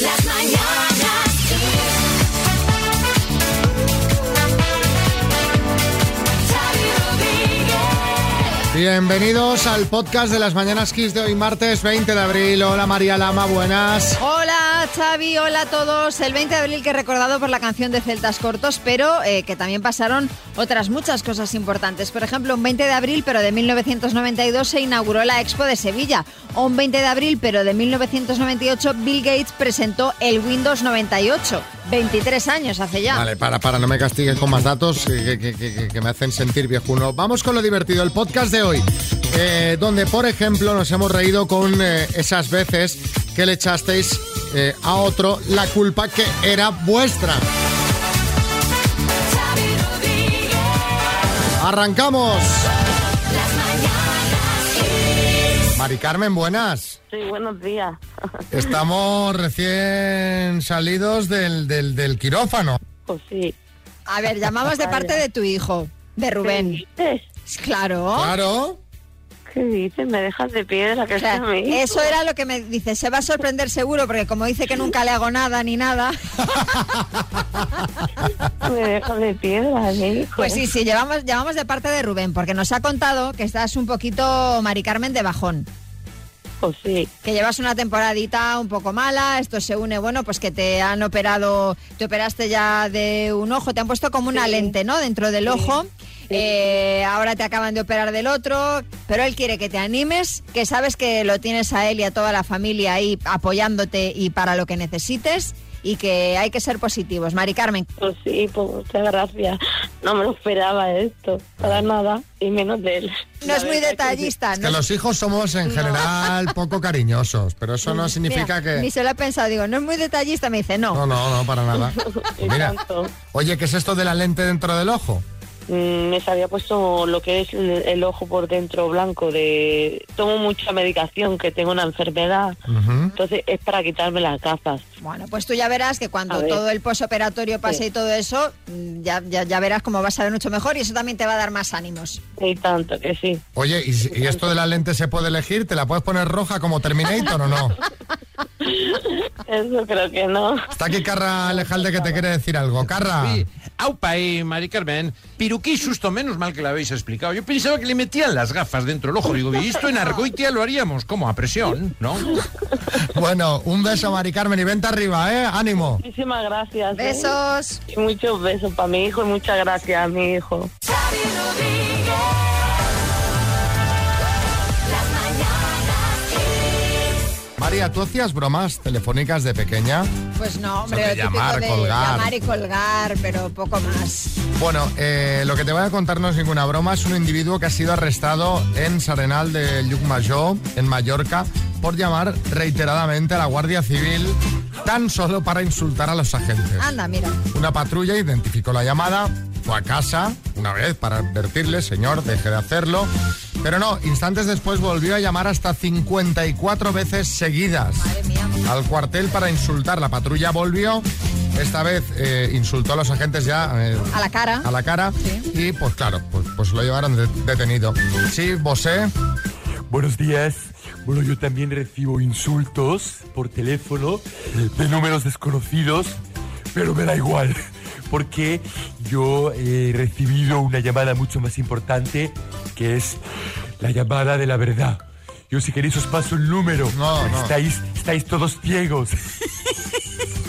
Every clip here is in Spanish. Las mañanas Kiss. Xavi Rodríguez. Bienvenidos al podcast de las Mañanas Kiss de hoy, martes 20 de abril. Hola María Lama, buenas. Hola Xavi, hola a todos. El 20 de abril que he recordado por la canción de Celtas Cortos, pero eh, que también pasaron otras muchas cosas importantes. Por ejemplo, un 20 de abril, pero de 1992, se inauguró la Expo de Sevilla. O un 20 de abril, pero de 1998, Bill Gates presentó el Windows 98. 23 años hace ya. Vale, para, para, no me castigues con más datos que, que- que- que- que me hacen sentir viejuno. Vamos con lo divertido, el podcast de hoy, eh, donde, por ejemplo, nos hemos reído con eh, esas veces que le echasteis eh, a otro la culpa que era vuestra. Xavi Rodríguez. ¡Arrancamos! Las mañanas Kiss. Mari Carmen, buenas. Sí, buenos días. Estamos recién salidos del, del- del quirófano. Pues sí. A ver, llamamos de parte de tu hijo, de Rubén. ¿Qué dices? Claro. Claro. ¿Qué dices? Me dejas de piedra que O sea, sea mi hijo. eso era lo que me dice. Se va a sorprender seguro, porque como dice que nunca le hago nada ni nada. Me dejas de piedra, mi hijo. Pues sí, sí, llevamos, llevamos de parte de Rubén, porque nos ha contado que estás un poquito, Mari Carmen, de bajón. Pues sí. Que llevas una temporadita un poco mala, esto se une, bueno, pues que te han operado, te operaste ya de un ojo, te han puesto como una Sí. lente, ¿no? Dentro del Sí. ojo. Eh, ahora te acaban de operar del otro, pero él quiere que te animes, que sabes que lo tienes a él y a toda la familia ahí apoyándote y para lo que necesites y que hay que ser positivos. Mari Carmen, Pues sí, pues muchas gracias. No me lo esperaba esto, para nada, y menos de él. no es muy detallista, Es no que los hijos somos en general poco cariñosos, pero eso no significa Mira, que... Ni se lo he pensado, digo, no es muy detallista, me dice, no. No, no, no, para nada. Pues Y Mira, tanto. oye, ¿qué es esto de la lente dentro del ojo? Mm, me se había puesto lo que es el, el ojo por dentro blanco. de Tomo mucha medicación, que tengo una enfermedad. Ujú. Entonces es para quitarme las gafas. Bueno, pues tú ya verás que A cuando ver. todo el posoperatorio pase Sí. y todo eso, mm, ya, ya, ya verás cómo vas a ver mucho mejor y eso también te va a dar más ánimos. Y tanto que sí. Oye, ¿y, si- y esto de la lente se puede elegir? ¿Te la puedes poner roja como Terminator o no? Eso creo que no. Está aquí Carra Alejalde que te quiere decir algo. Carra, Sí. Aupa y Mari Carmen, pero qué susto, menos mal que la habéis explicado. Yo pensaba que le metían las gafas dentro del ojo. Digo, y esto en Argoitia lo haríamos, como a presión, ¿no? bueno, un beso, Mari Carmen, y vente arriba, ¿eh? ¡Ánimo! Muchísimas gracias. ¿eh? Besos. Y muchos besos para mi hijo y muchas gracias a mi hijo. Xavi Rodríguez. Las mañanas Kiss. María, ¿tú hacías bromas telefónicas de pequeña? Pues no, hombre, de lo típico llamar, de colgar. llamar y colgar, pero poco más. Bueno, eh, lo que te voy a contar no es ninguna broma, es un individuo que ha sido arrestado en Sarenal de Llucmajor, en Mallorca, por llamar reiteradamente a la Guardia Civil tan solo para insultar a los agentes. Anda, mira. Una patrulla identificó la llamada, fue a casa una vez para advertirle, señor, deje de hacerlo. Pero no, instantes después volvió a llamar hasta 54 veces seguidas Madre mía. al cuartel para insultar. La patrulla volvió, esta vez eh, insultó a los agentes ya eh, A la cara. a la cara Sí. y pues claro, pues, pues lo llevaron de- detenido. Sí, Bosé, Buenos días. Bueno, yo también recibo insultos por teléfono de números desconocidos, pero me da igual, porque yo he recibido una llamada mucho más importante, que es la llamada de la verdad. Yo si queréis os paso el número. No, no. Estáis, estáis todos ciegos.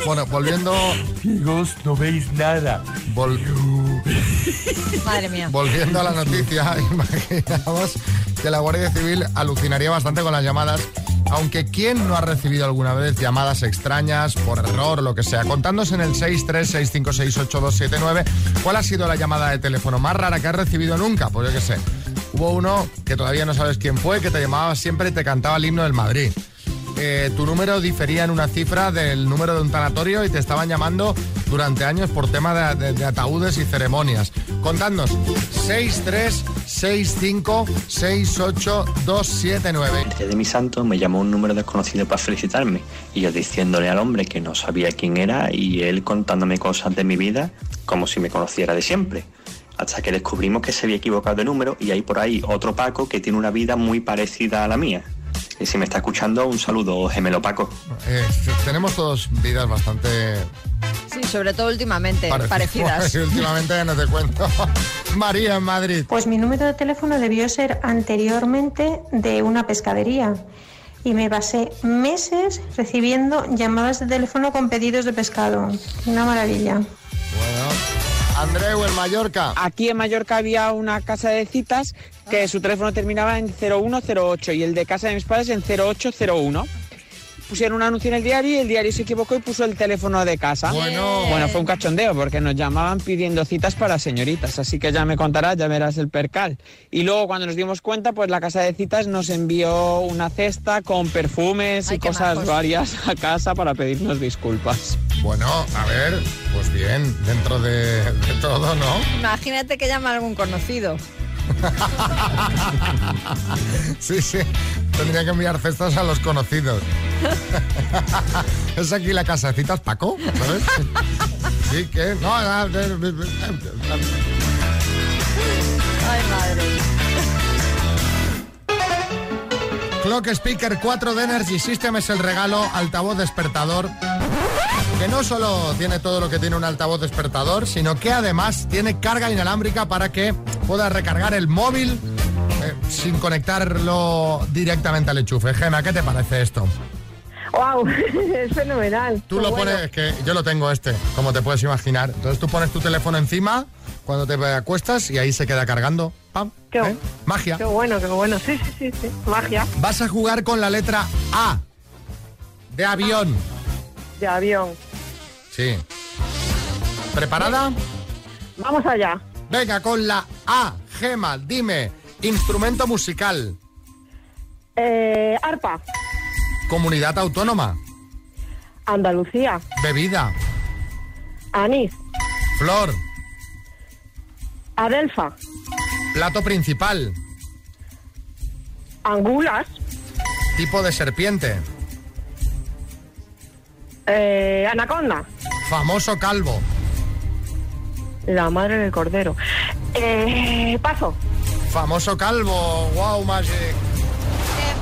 bueno, volviendo, Ciegos, no veis nada. vol- Ah. Madre mía. volviendo a la noticia, imaginamos que la Guardia Civil alucinaría bastante con las llamadas. Aunque ¿quién no ha recibido alguna vez llamadas extrañas, por error, lo que sea? Contándose en el 636568279, ¿cuál ha sido la llamada de teléfono más rara que has recibido nunca? Pues yo qué sé. Hubo uno que todavía no sabes quién fue, que te llamaba siempre y te cantaba el himno del Madrid. Eh, tu número difería en una cifra del número de un tanatorio y te estaban llamando durante años por tema de, de- de ataúdes y ceremonias. Contadnos, 636568279. Antes de mi santo me llamó un número desconocido para felicitarme y yo diciéndole al hombre que no sabía quién era y él contándome cosas de mi vida como si me conociera de siempre. Hasta que descubrimos que se había equivocado de número y hay por ahí otro Paco que tiene una vida muy parecida a la mía. Y si me está escuchando, un saludo, gemelo Paco. Eh, tenemos todos vidas bastante Sí, sobre todo últimamente, Eh, parecidas. Últimamente no te cuento. María en Madrid. Pues mi número de teléfono debió ser anteriormente de una pescadería y me pasé meses recibiendo llamadas de teléfono con pedidos de pescado. Una maravilla. Bueno. Andreu en Mallorca. Aquí en Mallorca había una casa de citas que su teléfono terminaba en 0108 y el de casa de mis padres en 0801. Pusieron un anuncio en el diario y el diario se equivocó y puso el teléfono de casa. Bueno. Bueno, fue un cachondeo porque nos llamaban pidiendo citas para señoritas, así que ya me contarás, ya verás el percal. Y luego cuando nos dimos cuenta, pues la casa de citas nos envió una cesta con perfumes Ay, y qué cosas majos. varias a casa para pedirnos disculpas. Bueno, a ver, pues bien, dentro de, de todo, ¿no? Imagínate que llama algún conocido. Sí, sí. Tendría que enviar cestas a los conocidos. es aquí la casa de citas, Paco, ¿sabes? sí, que. No, no, no, no, no. Ay, madre. Clock Speaker 4 de Energy System es el regalo altavoz despertador que no solo tiene todo lo que tiene un altavoz despertador, sino que además tiene carga inalámbrica para que puedas recargar el móvil eh, sin conectarlo directamente al enchufe. Gema, ¿qué te parece esto? ¡Wow! es fenomenal. Tú lo pones, que yo lo tengo este, como te puedes imaginar. Entonces tú pones tu teléfono encima cuando te acuestas y ahí se queda cargando. ¡Pam! Qué ¿eh? Magia. Qué bueno, qué bueno. Sí, sí, sí, sí. Magia Vas a jugar con la letra A de avión. de avión. Sí. ¿Preparada? Vamos allá. Venga, con la A, Gema, dime, instrumento musical, Eh, arpa. comunidad autónoma, Andalucía. bebida, Anís. flor, Adelfa. plato principal, Angulas. tipo de serpiente, Eh, anaconda. famoso calvo, La madre del cordero. Eh, paso. famoso calvo, wow, magic.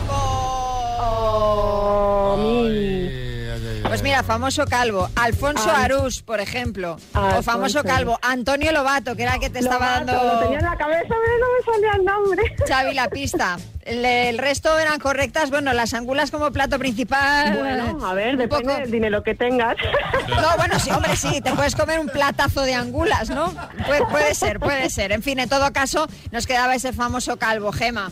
Oh. Ay, ay, ay, Pues ay. mira, famoso calvo, Alfonso Arús, por ejemplo, o Alfonso. famoso calvo, Antonio Lobato, que era el que te estaba Lo mato, Lo tenía en dando la cabeza, pero no me salía el nombre. Xavi la pista. El, el resto eran correctas, bueno, las angulas como plato principal. Bueno, a ver, un depende poco. del dinero que tengas. No, bueno, sí, hombre, sí, te puedes comer un platazo de angulas, ¿no? Pu- puede ser, puede ser. En fin, en todo caso, nos quedaba ese famoso calvo, Gema.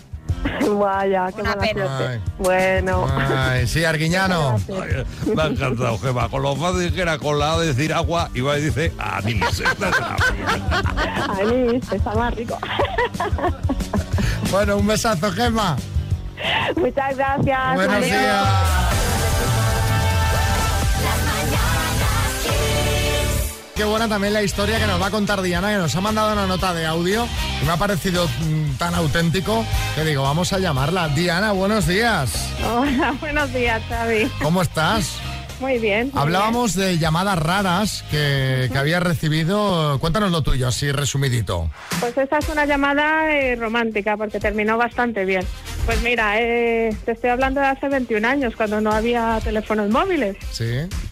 Vaya, qué Una mala pena. Ay. suerte. Bueno. Ay, sí, Arguiñano. Ay, Me ha encantado, Gema. Con lo fácil que era con la A decir agua, y va y dice "Ah, anís. Esta es la mía. Anís, está más rico. Bueno, un besazo, Gema. Muchas gracias. Buenos Adiós. días. Qué buena también la historia que nos va a contar Diana, que nos ha mandado una nota de audio y me ha parecido mm, tan auténtico que digo, vamos a llamarla. Diana, buenos días. Hola, buenos días, Xavi. ¿Cómo estás? Muy bien. muy Hablábamos de llamadas raras que, que habías recibido. Cuéntanos lo tuyo, así resumidito. bien. Pues esta es una llamada eh, romántica porque terminó bastante bien. Pues mira, eh, te estoy hablando de hace 21 años, cuando no había teléfonos móviles. Sí.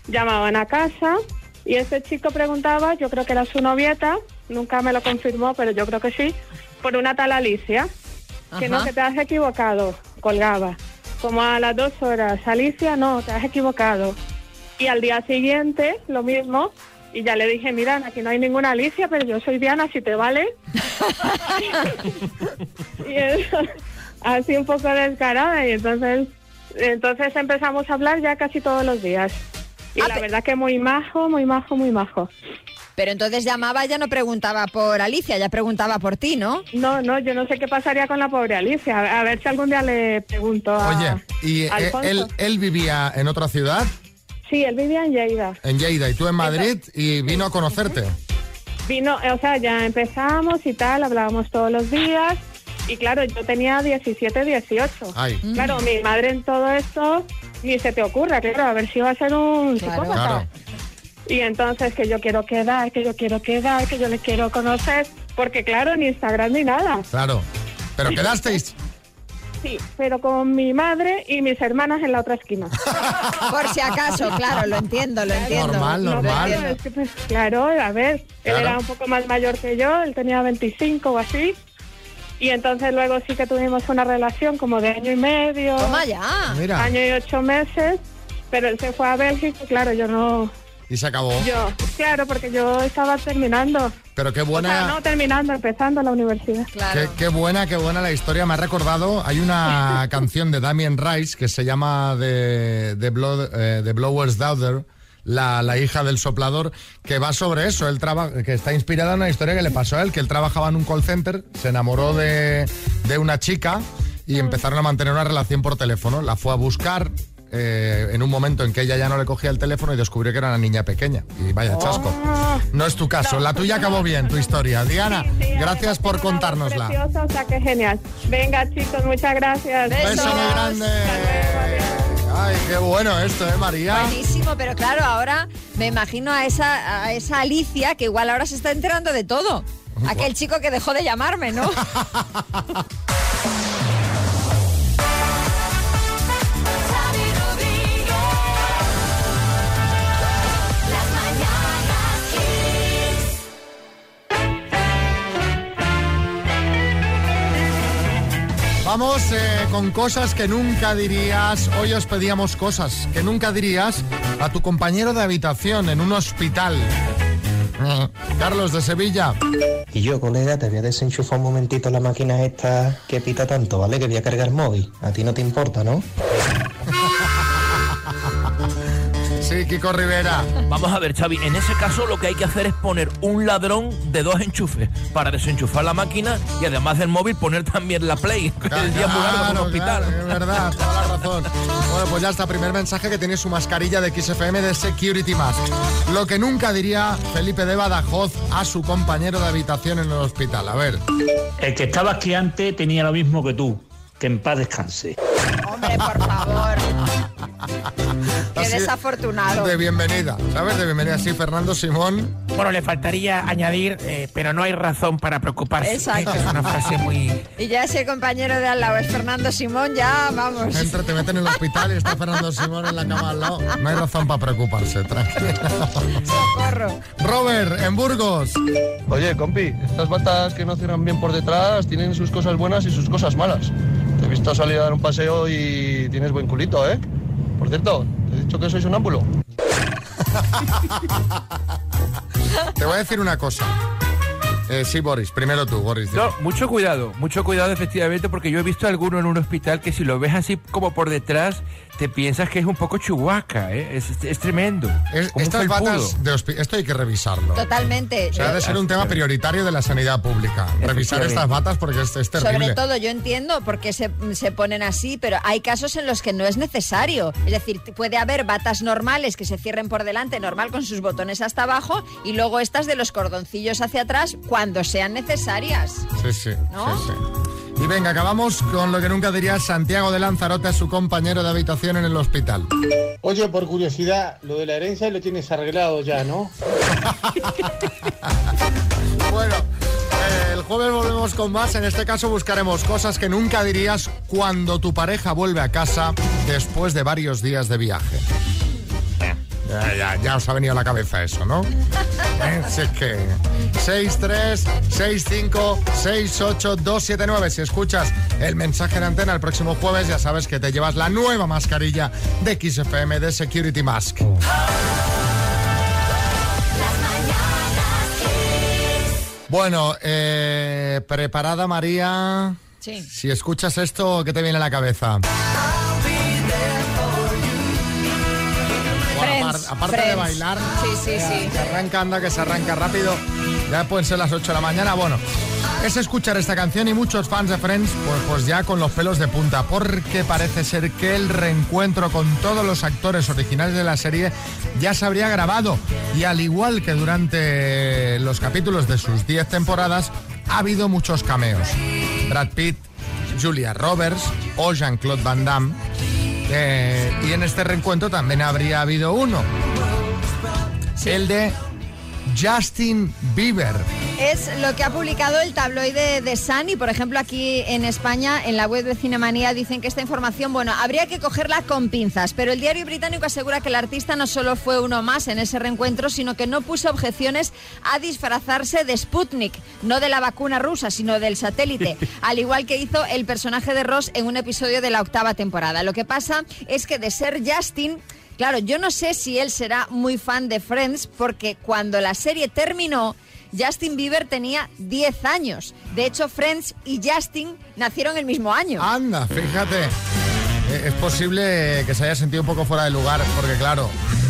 llamaban a casa y este chico preguntaba, yo creo que era su novieta, nunca me lo confirmó, pero yo creo que sí, por una tal Alicia, que no, Ajá. que te has equivocado, colgaba. Como a las dos horas, Alicia, no, te has equivocado. Y al día siguiente, lo mismo, y ya le dije, mira, aquí no hay ninguna Alicia, pero yo soy Diana, si te vale. y eso, así un poco descarada, y entonces, entonces empezamos a hablar ya casi todos los días. Y Ah, la pe- verdad que muy majo, muy majo, muy majo. Pero entonces llamaba, ya no preguntaba por Alicia, ya preguntaba por ti, ¿no? No, no, yo no sé qué pasaría con la pobre Alicia. A a ver si algún día le pregunto a Oye, ¿y eh, Ah, Alfonso. él, él vivía en otra ciudad, Sí, él vivía en Lleida. en Lleida, y tú en Madrid, y vino a conocerte? Vino, eh, o sea, ya empezamos y tal, hablábamos todos los días. Y claro, yo tenía 17, 18. Ay, Claro, mi madre en todo esto ni se te ocurra, claro, a ver si va a ser un Claro. psicópata. claro. Y entonces que yo quiero quedar, que yo quiero quedar, que yo le quiero conocer, porque claro, ni Instagram ni nada. Claro. Pero quedasteis. Sí, pero con mi madre y mis hermanas en la otra esquina. Por si acaso, claro, lo entiendo, lo entiendo. Normal, lo normal. entiendo. Es que, pues, claro, a ver, Claro. él era un poco más mayor que yo, él tenía 25 o así. Y entonces luego sí que tuvimos una relación como de año y medio, Toma ya. Mira, año y ocho meses, pero él se fue a Bélgica, y claro, yo no... y se acabó. Yo, claro, porque yo estaba terminando, Pero qué o sea, buena... no terminando, empezando la universidad. Qué, Claro. qué buena, qué buena la historia. Me ha recordado, hay una canción de Damien Rice que se llama The, The Blow- eh, The Blower's Daughter, la, la hija del soplador, que va sobre eso. Él traba- que está inspirada en una historia que le pasó a él, que él trabajaba en un call center, se enamoró de, de una chica y empezaron a mantener una relación por teléfono. La fue a buscar. eh, en un momento en que ella ya no le cogía el teléfono y descubrió que era una niña pequeña. Y vaya chasco. No es tu caso. La tuya acabó bien, tu historia. Diana, Sí, sí, gracias además por tiene una voz contárnosla. Preciosa, o sea, que genial. Venga, chicos, muchas gracias. Beso. Beso muy Besos. grande. Hasta luego, adiós. Ay, qué bueno esto, ¿eh, María? Buenísimo, pero claro, ahora me imagino a esa, a esa Alicia que igual ahora se está enterando de todo. Aquel chico que dejó de llamarme, ¿no? Xavi Rodríguez. Las mañanas Kiss. Vamos eh, con cosas que nunca dirías. Hoy os pedíamos cosas que nunca dirías a tu compañero de habitación en un hospital. Mm, Carlos de Sevilla. Y yo, colega, te voy a desenchufar un momentito la máquina esta que pita tanto, ¿vale? Que voy a cargar móvil. A ti no te importa, ¿no? Sí, Kiko Rivera. Vamos a ver, Xavi, en ese caso lo que hay que hacer es poner un ladrón de dos enchufes para desenchufar la máquina y además del móvil poner también la Play, que el día muy largo en Claro, un hospital. claro, es verdad, toda la razón. Bueno, pues ya está, primer mensaje que tiene su mascarilla de XFM de Security Mask. Lo que nunca diría Felipe de Badajoz a su compañero de habitación en el hospital. A ver. El que estaba aquí antes tenía lo mismo que tú. Que en paz descanse. Hombre, por favor. Qué Así- desafortunado. De bienvenida, ¿sabes? De bienvenida, sí, Fernando Simón. Bueno, le faltaría añadir, eh, pero no hay razón para preocuparse. Exacto. Es una frase muy... Y ya ese compañero de al lado es Fernando Simón, ya vamos. Entra, te meten en el hospital y está Fernando Simón en la cama al lado. No hay razón para preocuparse, tranquilo. Socorro. Robert, en Burgos. Oye, compi, estas batas que no cierran bien por detrás tienen sus cosas buenas y sus cosas malas. Te he visto salir a dar un paseo y tienes buen culito, ¿eh? Por cierto, te he dicho que soy sonámbulo. Te voy a decir una cosa. Eh, sí, Boris, primero tú, Boris. No, mucho cuidado, mucho cuidado efectivamente porque yo he visto alguno en un hospital que si lo ves así como por detrás te piensas que es un poco chubaca, ¿eh? es, es tremendo. Es- como un estas felpudo. batas de hospi- esto hay que revisarlo. Totalmente. O sea, ha de ser un tema prioritario de la sanidad pública. Revisar Efectivamente. estas batas porque es, es terrible. Sobre todo, yo entiendo por qué se, se ponen así, pero hay casos en los que no es necesario. Es decir, puede haber batas normales que se cierren por delante, normal con sus botones hasta abajo, y luego estas de los cordoncillos hacia atrás cuando sean necesarias. Sí, sí, ¿No? sí, sí. Y venga, acabamos con lo que nunca diría Santiago de Lanzarote a su compañero de habitación en el hospital. Oye, por curiosidad, lo de la herencia lo tienes arreglado ya, ¿no? Bueno, eh, el jueves volvemos con más. En este caso buscaremos cosas que nunca dirías cuando tu pareja vuelve a casa después de varios días de viaje. Eh. Ya, ya, ya os ha venido a la cabeza eso, ¿no? ¿Eh? Si es que... 636568279. Si escuchas el mensaje en antena el próximo jueves, ya sabes que te llevas la nueva mascarilla de XFM de Security Mask. Las mañanas Kiss. Bueno, eh, preparada María. Sí. Si escuchas esto, ¿qué te viene a la cabeza? Bueno, apar- Friends, aparte de Friends. bailar, eh, Sí, sí, sí. que arranca, anda, que se arranca rápido. Ya pueden ser las 8 de la mañana. Bueno, es escuchar esta canción y muchos fans de Friends, pues, pues ya con los pelos de punta, porque parece ser que el reencuentro con todos los actores originales de la serie ya se habría grabado. Y al igual que durante los capítulos de sus 10 temporadas, ha habido muchos cameos. Brad Pitt, Julia Roberts o Jean-Claude Van Damme. Eh, y en este reencuentro también habría habido uno, el de Justin Bieber. Es lo que ha publicado el tabloide de Sun y, por ejemplo, aquí en España, en la web de Cinemanía, dicen que esta información, bueno, habría que cogerla con pinzas, pero el diario británico asegura que el artista no solo fue uno más en ese reencuentro, sino que no puso objeciones a disfrazarse de Sputnik, no de la vacuna rusa, sino del satélite, al igual que hizo el personaje de Ross en un episodio de la octava temporada. Lo que pasa es que de ser Justin... Claro, yo no sé si él será muy fan de Friends porque cuando la serie terminó, Justin Bieber tenía 10 años. De hecho, Friends y Justin nacieron el mismo año. Anda, fíjate. Eh, Es posible que se haya sentido un poco fuera de lugar, porque claro,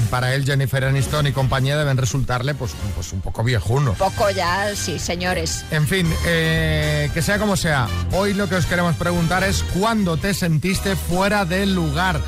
para él Jennifer Aniston y compañía deben resultarle pues, un- pues un poco viejuno. Poco ya, sí, señores. En fin, eh, que sea como sea, hoy lo que os queremos preguntar es cuándo te sentiste fuera del lugar.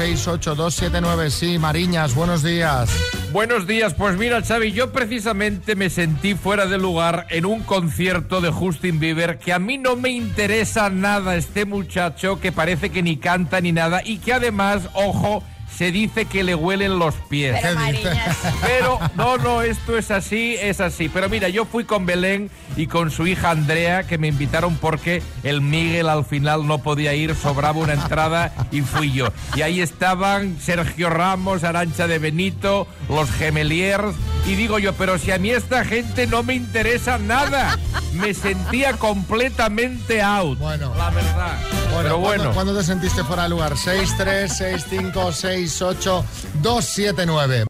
636568279. Sí, Mariñas, buenos días. Buenos días, pues mira Xavi, yo precisamente me sentí fuera de lugar en un concierto de Justin Bieber que a mí no me interesa nada este muchacho que parece que ni canta ni nada y que además, ojo, se dice que le huelen los pies. Pero, ¿Qué dices? Mariñas. Pero, no, no, esto es así, es así. Pero mira, yo fui con Belén y con su hija Andrea que me invitaron porque el Miguel al final no podía ir, sobraba una entrada y fui yo. Y ahí estaban Sergio Ramos, Arancha de Benito, los Gemeliers. Y digo yo, pero si a mí esta gente no me interesa nada, me sentía completamente out. Bueno, la verdad. pero ¿cuándo- bueno. ¿Cuándo te sentiste fuera del lugar? 636568279.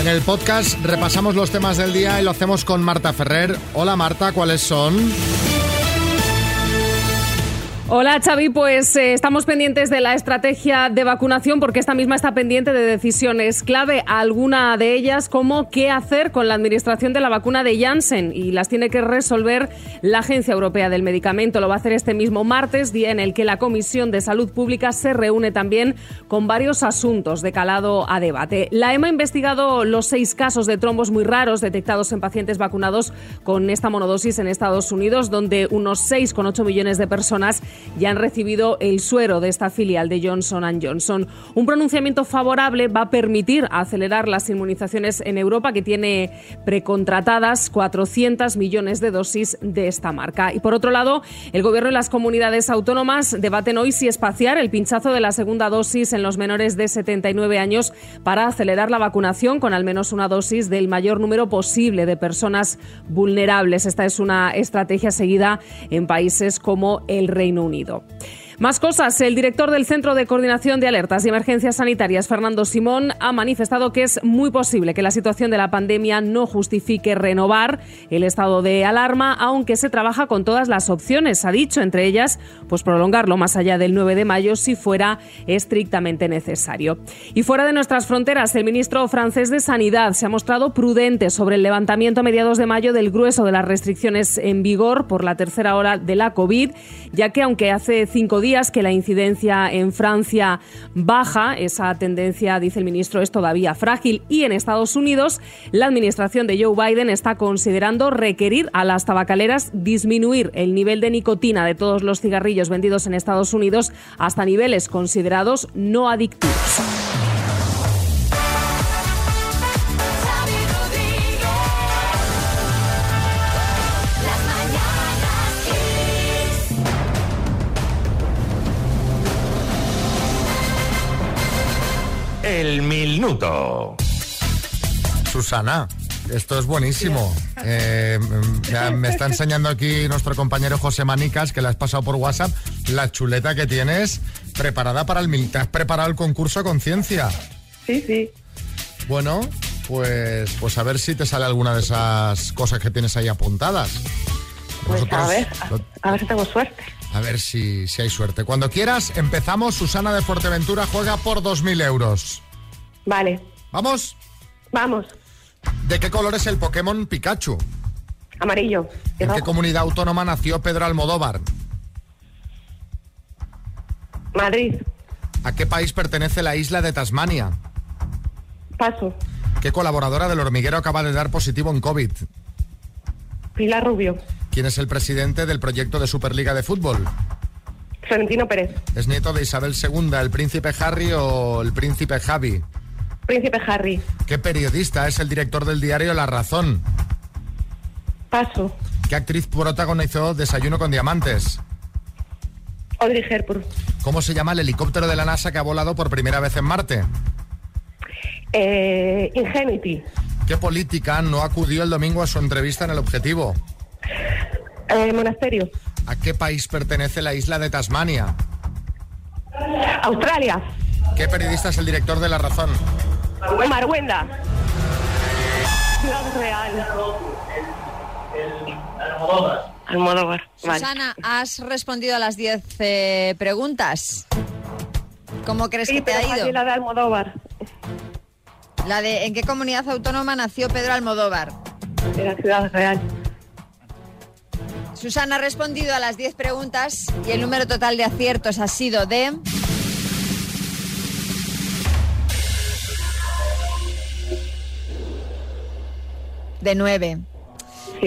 En el podcast repasamos los temas del día y lo hacemos con Marta Ferrer. Hola Marta, ¿cuáles son? Hola Xavi, pues eh, estamos pendientes de la estrategia de vacunación porque esta misma está pendiente de decisiones clave, alguna de ellas como qué hacer con la administración de la vacuna de Janssen y las tiene que resolver la Agencia Europea del Medicamento. Lo va a hacer este mismo martes, día en el que la Comisión de Salud Pública se reúne también con varios asuntos de calado a debate. La EMA ha investigado los seis casos de trombos muy raros detectados en pacientes vacunados con esta monodosis en Estados Unidos, donde unos 6,8 millones de personas ya han recibido el suero de esta filial de Johnson Johnson. Un pronunciamiento favorable va a permitir acelerar las inmunizaciones en Europa, que tiene precontratadas 400 millones de dosis de esta marca. Y por otro lado, el Gobierno y las comunidades autónomas debaten hoy si espaciar el pinchazo de la segunda dosis en los menores de 79 años para acelerar la vacunación con al menos una dosis del mayor número posible de personas vulnerables. Esta es una estrategia seguida en países como el Reino Unido. Más cosas. El director del Centro de Coordinación de Alertas y Emergencias Sanitarias, Fernando Simón, ha manifestado que es muy posible que la situación de la pandemia no justifique renovar el estado de alarma, aunque se trabaja con todas las opciones, ha dicho, entre ellas, pues prolongarlo más allá del 9 de mayo si fuera estrictamente necesario. Y fuera de nuestras fronteras, el ministro francés de Sanidad se ha mostrado prudente sobre el levantamiento a mediados de mayo del grueso de las restricciones en vigor por la tercera hora de la COVID, ya que aunque hace cinco días que la incidencia en Francia baja, esa tendencia, dice el ministro, es todavía frágil y en Estados Unidos la administración de Joe Biden está considerando requerir a las tabacaleras disminuir el nivel de nicotina de todos los cigarrillos vendidos en Estados Unidos hasta niveles considerados no adictivos. El minuto. Susana, esto es buenísimo. Eh, me, me está enseñando aquí nuestro compañero José Manicas, que le has pasado por WhatsApp, la chuleta que tienes preparada para el mil. ¿Te has preparado el concurso a conciencia? Sí, sí. Bueno, pues, pues a ver si te sale alguna de esas cosas que tienes ahí apuntadas. Pues a ver, lo- a ver si tengo suerte. a ver si, si hay suerte. Cuando quieras, empezamos. Susana de Fuerteventura juega por 2.000 euros. Vale. ¿Vamos? Vamos. ¿De qué color es el Pokémon Pikachu? Amarillo. ¿En qué comunidad autónoma nació Pedro Almodóvar? Madrid. ¿A qué país pertenece la isla de Tasmania? Paso. ¿Qué colaboradora del hormiguero acaba de dar positivo en COVID? Pilar Rubio. ¿Quién es el presidente del proyecto de Superliga de Fútbol? Florentino Pérez. ¿Es nieto de Isabel II, el príncipe Harry o el príncipe Javi? Príncipe Harry. ¿Qué periodista es el director del diario La Razón? Paso. ¿Qué actriz protagonizó Desayuno con Diamantes? Audrey Hepburn. ¿Cómo se llama el helicóptero de la NASA que ha volado por primera vez en Marte? Eh, Ingenuity. ¿Qué política no acudió el domingo a su entrevista en El Objetivo? Eh, monasterio. ¿A qué país pertenece la isla de Tasmania? Australia. ¿Qué periodista es el director de La Razón? Marwenda. Ciudad Real. Almodóvar. Susana, has respondido a las 10 eh, preguntas. ¿Cómo crees Sí, que te pero ha ido? fallé la de Almodóvar. La de ¿en qué comunidad autónoma nació Pedro Almodóvar? De la Ciudad Real. Susana ha respondido a las 10 preguntas y el número total de aciertos ha sido de... De 9.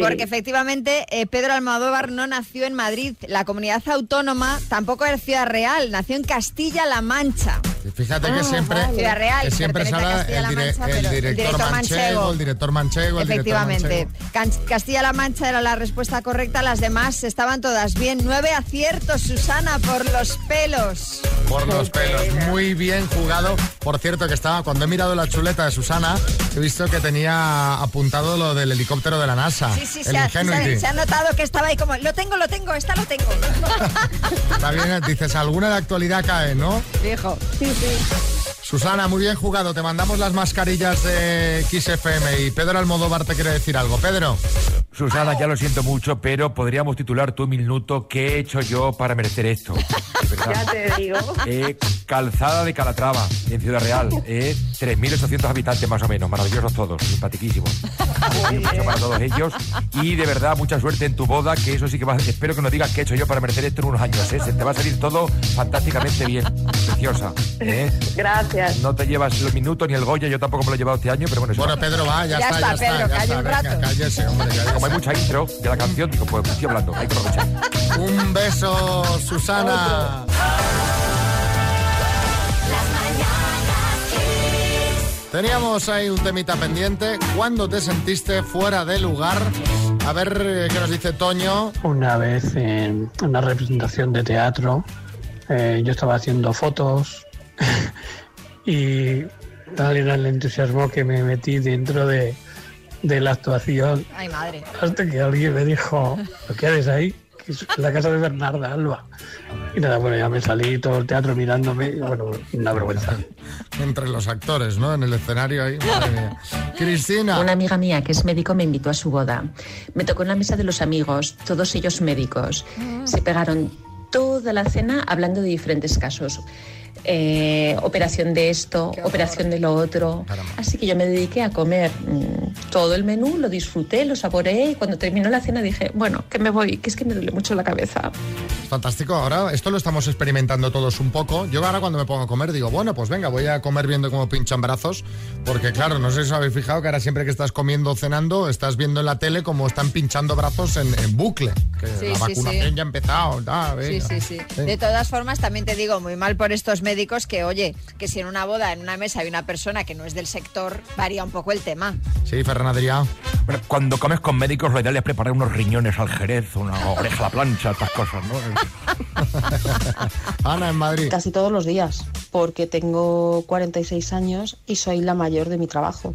Porque efectivamente eh, Pedro Almodóvar no nació en Madrid, la comunidad autónoma tampoco era Ciudad Real, nació en Castilla-La Mancha. Fíjate que Ah, siempre, vale. Ciudad Real, que siempre se pertenece a habla el, Castilla-La dire- el Mancha, pero el director director manchego, manchego. el director manchego, el director Efectivamente. manchego. Can- Castilla-La Mancha era la respuesta correcta, las demás estaban todas bien. Nueve aciertos, Susana, por los pelos. Por los pelos, muy bien jugado. Por cierto, que estaba cuando he mirado la chuleta de Susana, he visto que tenía apuntado lo del helicóptero de la NASA. Sí, sí, el se ha, se Ingenuity. ha- se ha notado que estaba ahí como, lo tengo, lo tengo, esta lo tengo. Está bien, dices, alguna de actualidad cae, ¿no? Fijo. Sí, Susana, muy bien jugado. Te mandamos las mascarillas de XFM y Pedro Almodóvar te quiere decir algo. Pedro. Susana, ya lo siento mucho, pero podríamos titular tu minuto ¿Qué he hecho yo para merecer esto? De verdad. te digo. Eh, calzada de Calatrava, en Ciudad Real. Eh, 3.800 habitantes más o menos. Maravillosos todos, simpaticísimos. Un beso para todos ellos. Y de verdad, mucha suerte en tu boda, que eso sí que va Espero que nos digas qué he hecho yo para merecer esto en unos años. eh. Se te va a salir todo fantásticamente bien. Preciosa. eh. Gracias. No te llevas los minutos ni el Goya, yo tampoco me lo he llevado este año, pero bueno... Bueno, Pedro, va, Ya está, está, ya está, Pedro, ya que hay está. un Venga, rato. cállese, hombre, Como hay mucha intro de la canción, digo, pues estoy hablando, hay que aprovechar. Un beso, Susana. Teníamos ahí un temita pendiente. ¿Cuándo te sentiste fuera de lugar? A ver eh, qué nos dice Toño. Una vez en una representación de teatro, eh, yo estaba haciendo fotos y tal era el entusiasmo que me metí dentro de, de la actuación Ay, madre. hasta que alguien me dijo, ¿lo que haces ahí? Que es la casa de Bernarda Alba. Y nada, bueno, ya me salí todo el teatro mirándome, y bueno, una vergüenza. Entre los actores, ¿no? En el escenario ahí. madre mía. Cristina. Una amiga mía que es médico me invitó a su boda. Me tocó en la mesa de los amigos, todos ellos médicos. Mm. Se pegaron toda la cena hablando de diferentes casos. Eh, operación de esto, operación de lo otro. Así que yo me dediqué a comer mm, todo el menú, lo disfruté, lo saboreé y cuando terminó la cena dije, bueno, que me voy, que es que me duele mucho la cabeza. Fantástico, ahora esto lo estamos experimentando todos un poco. Yo ahora cuando me pongo a comer digo, bueno, pues venga, voy a comer viendo cómo pinchan brazos, porque claro, no sé si os habéis fijado que ahora siempre que estás comiendo o cenando, estás viendo en la tele cómo están pinchando brazos en, en bucle. Que Sí, la sí, vacunación sí. ya ha empezado. da, Sí, venga. sí, sí. De todas formas, también te digo, muy mal por estos médicos que, oye, que si en una boda, en una mesa hay una persona que no es del sector, varía un poco el tema. Sí, Fernández Bueno, cuando comes con médicos, lo ideal es preparar unos riñones al jerez, una oreja a la plancha, estas cosas, ¿no? Ana, en Madrid. Casi todos los días, porque tengo 46 años y soy la mayor de mi trabajo.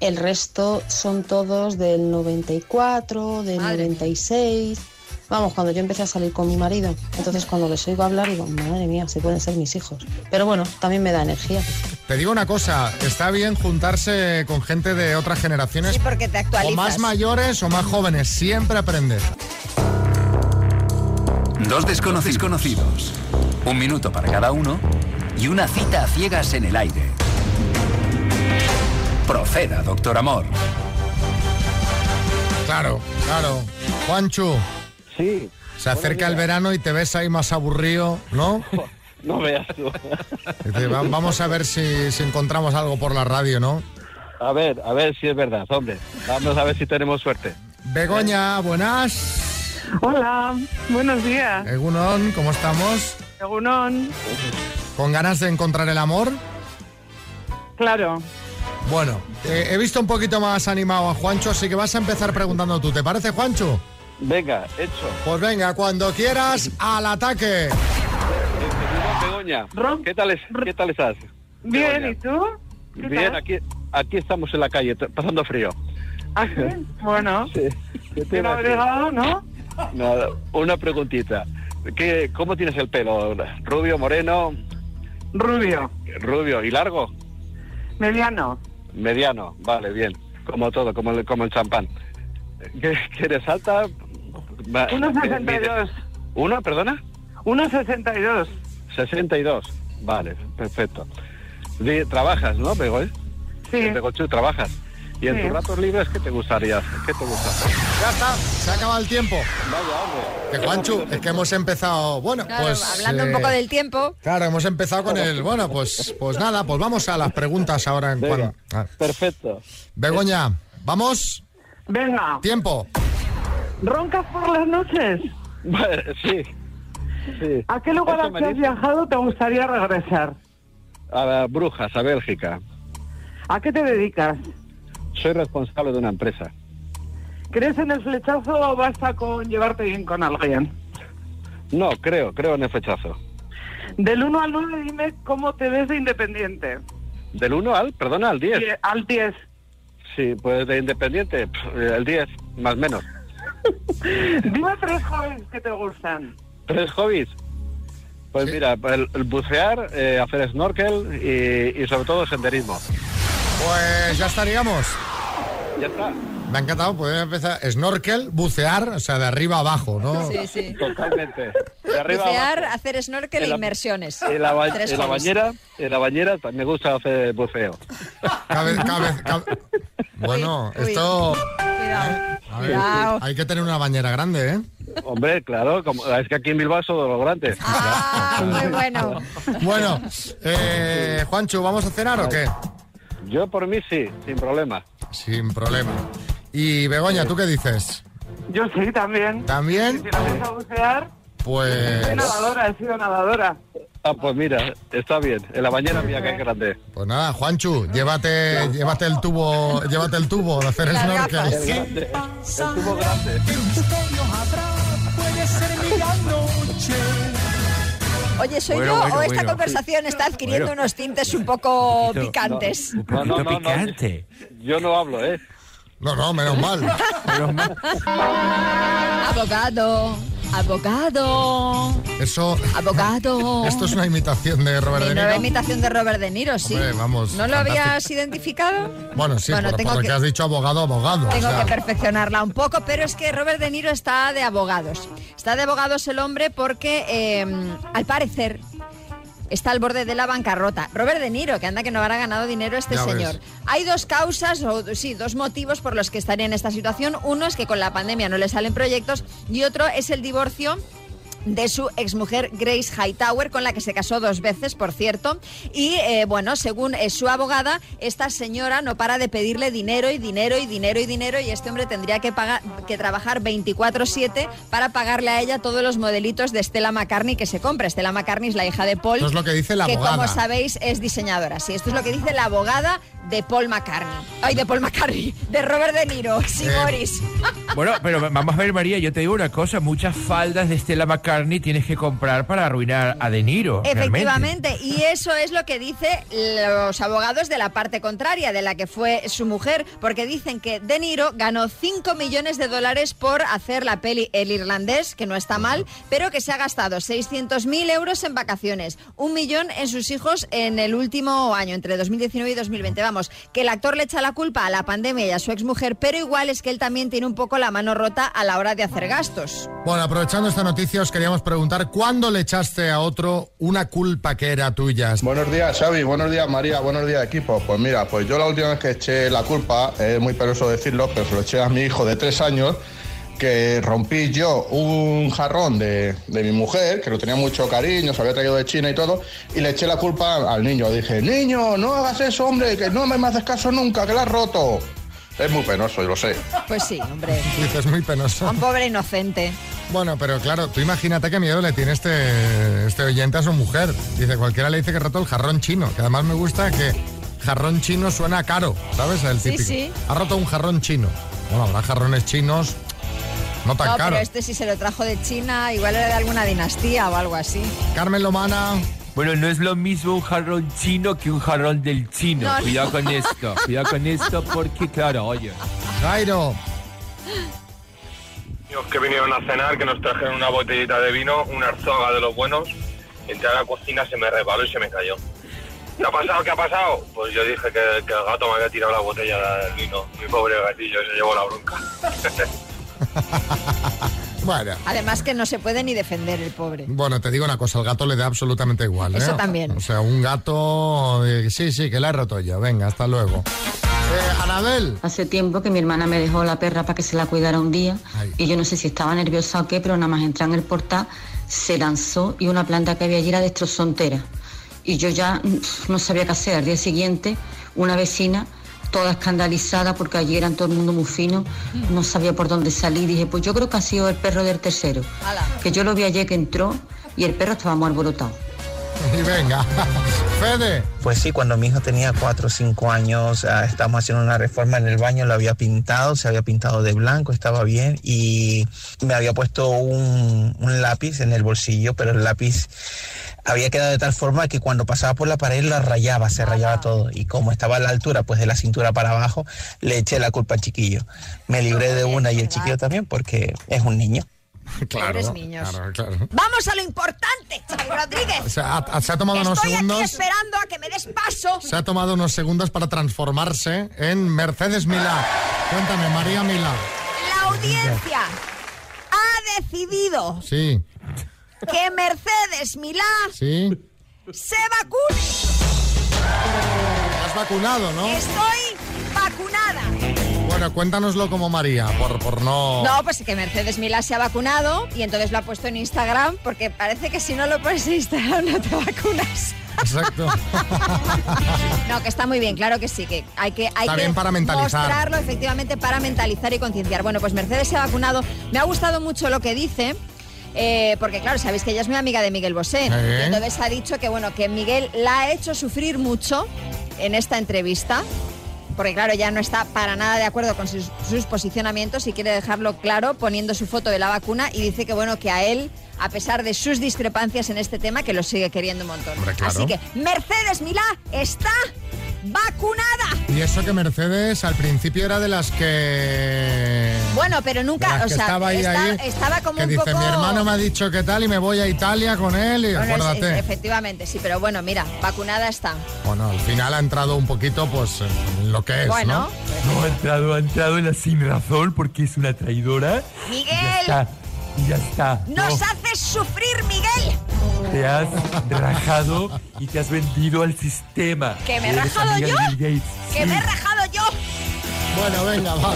El resto son todos del 94, del 96. Vamos, cuando yo empecé a salir con mi marido, entonces cuando les oigo hablar digo, madre mía, si pueden ser mis hijos. Pero bueno, también me da energía. Te digo una cosa, está bien juntarse con gente de otras generaciones. Sí, porque te o actualizas. más mayores o más jóvenes, siempre aprendes. Dos desconocidos conocidos. Un minuto para cada uno y una cita a ciegas en el aire. Proceda, doctor Amor. Claro, claro. Juanchu. Sí. Se acerca el verano y te ves ahí más aburrido, ¿no? No veas tú. Dice, va- Vamos a ver si, si encontramos algo por la radio, ¿no? A ver, a ver si es verdad, hombre. Vamos a ver si tenemos suerte. Begoña, buenas. Hola, buenos días. Egunon, ¿cómo estamos? Egunon, ¿Con ganas de encontrar el amor? claro. Bueno, eh, he visto un poquito más animado a Juancho, así que vas a empezar preguntando tú. ¿Te parece, Juancho? Venga, hecho. Pues venga, cuando quieras, al ataque. Begoña, ¿qué tal, es, ¿qué tal estás? Bien, ¿y tú? ¿Qué Bien, tal? aquí, aquí estamos en la calle, t- pasando frío. ¿Ah, sí? Bueno, Sí, ¿qué te bien iba a decir? abrigado, ¿no? Nada, una preguntita. ¿Qué, ¿Cómo tienes el pelo? ahora? ¿Rubio, moreno? Rubio. Rubio, ¿y largo? Mediano. Mediano, vale, bien. Como todo, como el, como el champán. ¿Qué, qué eres alta? Va- mide- 1,62. ¿Una, perdona? 1,62. 62. Vale, perfecto. Di- Trabajas, ¿no, Bego? eh? Sí. Begochu, trabajas. ¿Y en Sí. tus ratos libres qué te gustaría? hacer? ¿Qué te gusta hacer? Ya está, se ha acabado el tiempo. Que Juancho, es que hemos empezado. Bueno, Claro, pues. hablando un eh, poco del tiempo. Claro, hemos empezado con el. Bueno, pues, pues nada, pues vamos a las preguntas ahora en cuanto. Perfecto. Begoña, ¿vamos? Venga. Tiempo. ¿Roncas por las noches? sí. sí. ¿A qué lugar Eso al me que has dice. viajado te gustaría regresar? A la Brujas, a Bélgica. ¿A qué te dedicas? Soy responsable de una empresa. ¿Crees en el flechazo o basta con llevarte bien con alguien? No, creo, creo en el fechazo. Del 1 al 9 dime cómo te ves de independiente. Del 1 al, perdona, al 10. Die- Al 10. Sí, pues de independiente, pf, el 10, más menos. Dime tres jóvenes que te gustan. ¿Tres hobbies? Pues mira, el, el bucear, eh, hacer snorkel y, y sobre todo senderismo. Pues ya estaríamos. Ya está. Me ha encantado poder empezar. Snorkel, bucear, o sea, de arriba a abajo, ¿no? Sí, sí. Totalmente. De arriba Bucear, abajo. hacer snorkel e En la- inmersiones. En la, ba- Tres en la hobbies. bañera, en la bañera ta- me gusta hacer buceo. Cabe- cabe- cabe- Bueno, Uy, uy. esto. ¿eh? Cuidado. A ver, Cuidado. hay que tener una bañera grande, ¿eh? Hombre, claro, como, es que aquí en Bilbao es todo lo grande. Ah, Muy bueno. Bueno, eh, Juancho, ¿vamos a cenar o qué? Yo por mí sí, sin problema. Sin problema. Y Begoña, ¿tú qué dices? Yo sí, también. ¿También? Si no vas a bucear, soy Pues, nadadora, he sido nadadora. Ah, pues mira, está bien. En la bañera mía que es grande. pues nada, Juanchu, llévate, llévate el tubo, llévate el tubo de hacer Las El snorkel. grande, el tubo grande. Puede ser mi gran noche. Oye, ¿soy Bueno, yo bueno, o esta bueno. conversación está adquiriendo Bueno. unos tintes un poco poquito, picantes? No, no, no, no. Yo no hablo, ¿eh? No, no, menos mal. Abogado, abogado, Eso, abogado. esto es una imitación de Robert Mi De nueva Niro. imitación de Robert De Niro, sí. Hombre, vamos, ¿No lo fantástico. habías identificado? Bueno, sí, Bueno, por, tengo por lo que- que has dicho abogado, abogado. o Tengo sea, que perfeccionarla un poco, pero es que Robert De Niro está de abogados. Está de abogados el hombre porque, eh, al parecer, está al borde de la bancarrota. Robert De Niro, que anda que no habrá ganado dinero este Ya ves. señor. Hay dos causas, o sí, dos motivos por los que estaría en esta situación. Uno es que con la pandemia no le salen proyectos y otro es el divorcio de su exmujer Grace Hightower, con la que se casó dos veces, por cierto. Y eh, bueno, según eh, su abogada, esta señora no para de pedirle dinero y dinero y dinero y dinero y este hombre tendría que, pagar, que trabajar 24/7 para pagarle a ella todos los modelitos de Stella McCartney que se compra. Stella McCartney es la hija de Paul, Esto es lo que dice la que como abogada. sabéis es diseñadora. Sí, esto es lo que dice la abogada de Paul McCartney. Ay, de Paul McCartney, de Robert De Niro, sí, Eh, Boris. Bueno, pero vamos a ver, María, yo te digo una cosa. Muchas faldas de Stella McCartney tienes que comprar para arruinar a De Niro. realmente. Efectivamente, y eso es lo que dicen los abogados de la parte contraria, de la que fue su mujer, porque dicen que De Niro ganó 5 millones de dólares por hacer la peli El Irlandés, que no está mal, pero que se ha gastado 600.000 euros en vacaciones, un millón en sus hijos en el último año, entre 2019 y 2020. Vamos, que el actor le echa la culpa a la pandemia y a su exmujer, pero igual es que él también tiene un poco la mano rota a la hora de hacer gastos. Bueno, aprovechando esta noticia, os queríamos preguntar ¿cuándo le echaste a otro una culpa que era tuya? Buenos días, Xavi. Buenos días, María. Buenos días, equipo. Pues mira, pues yo la última vez que eché la culpa, es muy penoso decirlo, pero se lo eché a mi hijo de tres años, que rompí yo un jarrón de, de mi mujer, que lo tenía mucho cariño, se había traído de China y todo, y le eché la culpa al niño. Dije, niño, no hagas eso, hombre, que no me haces caso nunca, que la has roto. Es muy penoso, yo lo sé. Pues sí, hombre. Dices, muy penoso. Un pobre inocente. Bueno, pero claro, tú imagínate qué miedo le tiene este, este oyente a su mujer. Dice, cualquiera le dice que roto el jarrón chino, que además me gusta que jarrón chino suena caro, ¿sabes? El Sí, típico. sí. Ha roto un jarrón chino. Bueno, habrá jarrones chinos no tan no, pero caros. este sí se lo trajo de China, igual era de alguna dinastía o algo así. Carmen Lomana. Bueno, no es lo mismo un jarrón chino que un jarrón del chino. No, no. Cuidado con esto, cuidado con esto porque, claro, oye. Jairo. Amigos que vinieron a cenar, que nos trajeron una botellita de vino, una arzoga de los buenos. Entré a la cocina, se me resbaló y se me cayó. ¿Qué ha pasado? ¿Qué ha pasado? Pues yo dije que, que el gato me había tirado la botella del vino. Mi pobre gatillo se llevó la bronca. Bueno. Además que no se puede ni defender el pobre. Bueno, te digo una cosa, al gato le da absolutamente igual. ¿eh? Eso también. O sea, un gato... eh, sí, sí, que la he roto yo. Venga, hasta luego. Eh, Anabel. Hace tiempo que mi hermana me dejó la perra para que se la cuidara un día Ay. y yo no sé si estaba nerviosa o qué, pero nada más entrar en el portal se lanzó y una planta que había allí la destrozó entera. Y yo ya mm, no sabía qué hacer. Al día siguiente, una vecina, toda escandalizada porque allí eran todo el mundo muy fino, no sabía por dónde salir. Dije, pues yo creo que ha sido el perro del tercero, que yo lo vi ayer que entró y el perro estaba muy alborotado. Y venga, Fede. Pues sí, cuando mi hijo tenía 4 o 5 años, ah, estábamos haciendo una reforma en el baño, lo había pintado, se había pintado de blanco, estaba bien y me había puesto un, un lápiz en el bolsillo, pero el lápiz había quedado de tal forma que cuando pasaba por la pared la rayaba, se rayaba todo. Y como estaba a la altura, pues de la cintura para abajo, le eché la culpa al chiquillo. Me libré de una y el chiquillo también porque es un niño. Pobres niños. Claro, claro. Vamos a lo importante, Xavi Rodríguez. O sea, ha- ha- se ha tomado unos Estoy aquí segundos. esperando a que me des paso. Se ha tomado unos segundos para transformarse en Mercedes Milá. Cuéntame, María Milá. La audiencia ha decidido Sí, que Mercedes Milá sí. se vacune. Has vacunado, ¿no? Estoy vacunada. Bueno, cuéntanoslo como María, por, por no... No, pues que Mercedes Milá se ha vacunado y entonces lo ha puesto en Instagram porque parece que si no lo pones en Instagram no te vacunas. Exacto. No, que está muy bien, claro que sí, que hay que, hay Está que bien para mentalizar. mostrarlo efectivamente para mentalizar y concienciar. Bueno, pues Mercedes se ha vacunado. Me ha gustado mucho lo que dice. eh, porque claro, sabéis que ella es muy amiga de Miguel Bosé. Sí. Y Entonces ha dicho que bueno, que Miguel la ha hecho sufrir mucho en esta entrevista. Porque claro, ya no está para nada de acuerdo con sus, sus posicionamientos y quiere dejarlo claro poniendo su foto de la vacuna y dice que bueno, que a él, a pesar de sus discrepancias en este tema, que lo sigue queriendo un montón. Hombre, claro. Así que Mercedes Milá está vacunada. Y eso que Mercedes al principio era de las que... Bueno, pero de nunca, las o que sea, estaba ahí, esta- ahí, estaba como que un dice, poco... mi hermano me ha dicho que tal y me voy a Italia con él y Bueno, es- acuérdate. es- efectivamente, sí, pero bueno, mira, vacunada está. Bueno, al final ha entrado un poquito, pues, en lo que es, Bueno. ¿no? No ha entrado, ha entrado en la sin razón porque es una traidora. Ya Miguel, está, ya está. nos haces sufrir, Miguel. Te has rajado y te has vendido al sistema. ¿Que me he Eres rajado amiga de yo? Bill Gates. Que me he rajado yo. Bueno, venga, va.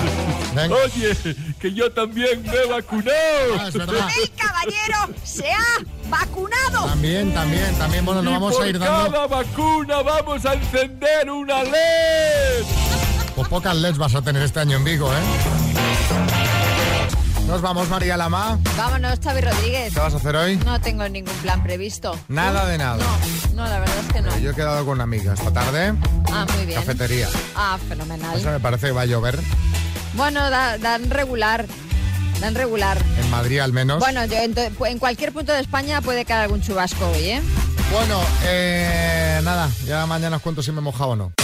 Oye, que yo también me he vacunado. Ah, es verdad. Miguel Caballero se ha vacunado. También, también, también. Bueno, nos Y vamos por a ir dando. cada vacuna vamos a encender una LED. Pues pocas LEDs vas a tener este año en Vigo, ¿eh? Nos vamos, María Lama. Vámonos, Xavi Rodríguez. ¿Qué vas a hacer hoy? No tengo ningún plan previsto. Nada de nada. No, la verdad es que no. Yo he quedado con una amiga esta tarde. Ah, muy bien. Cafetería. Ah, fenomenal. Eso me parece que va Pues, a llover. Bueno, da- dan regular. Dan regular. En Madrid, al menos. Bueno, yo ento- pu- en cualquier punto de España puede caer algún chubasco hoy, ¿eh? Bueno, eh, nada. Ya mañana os cuento si me he mojado o no.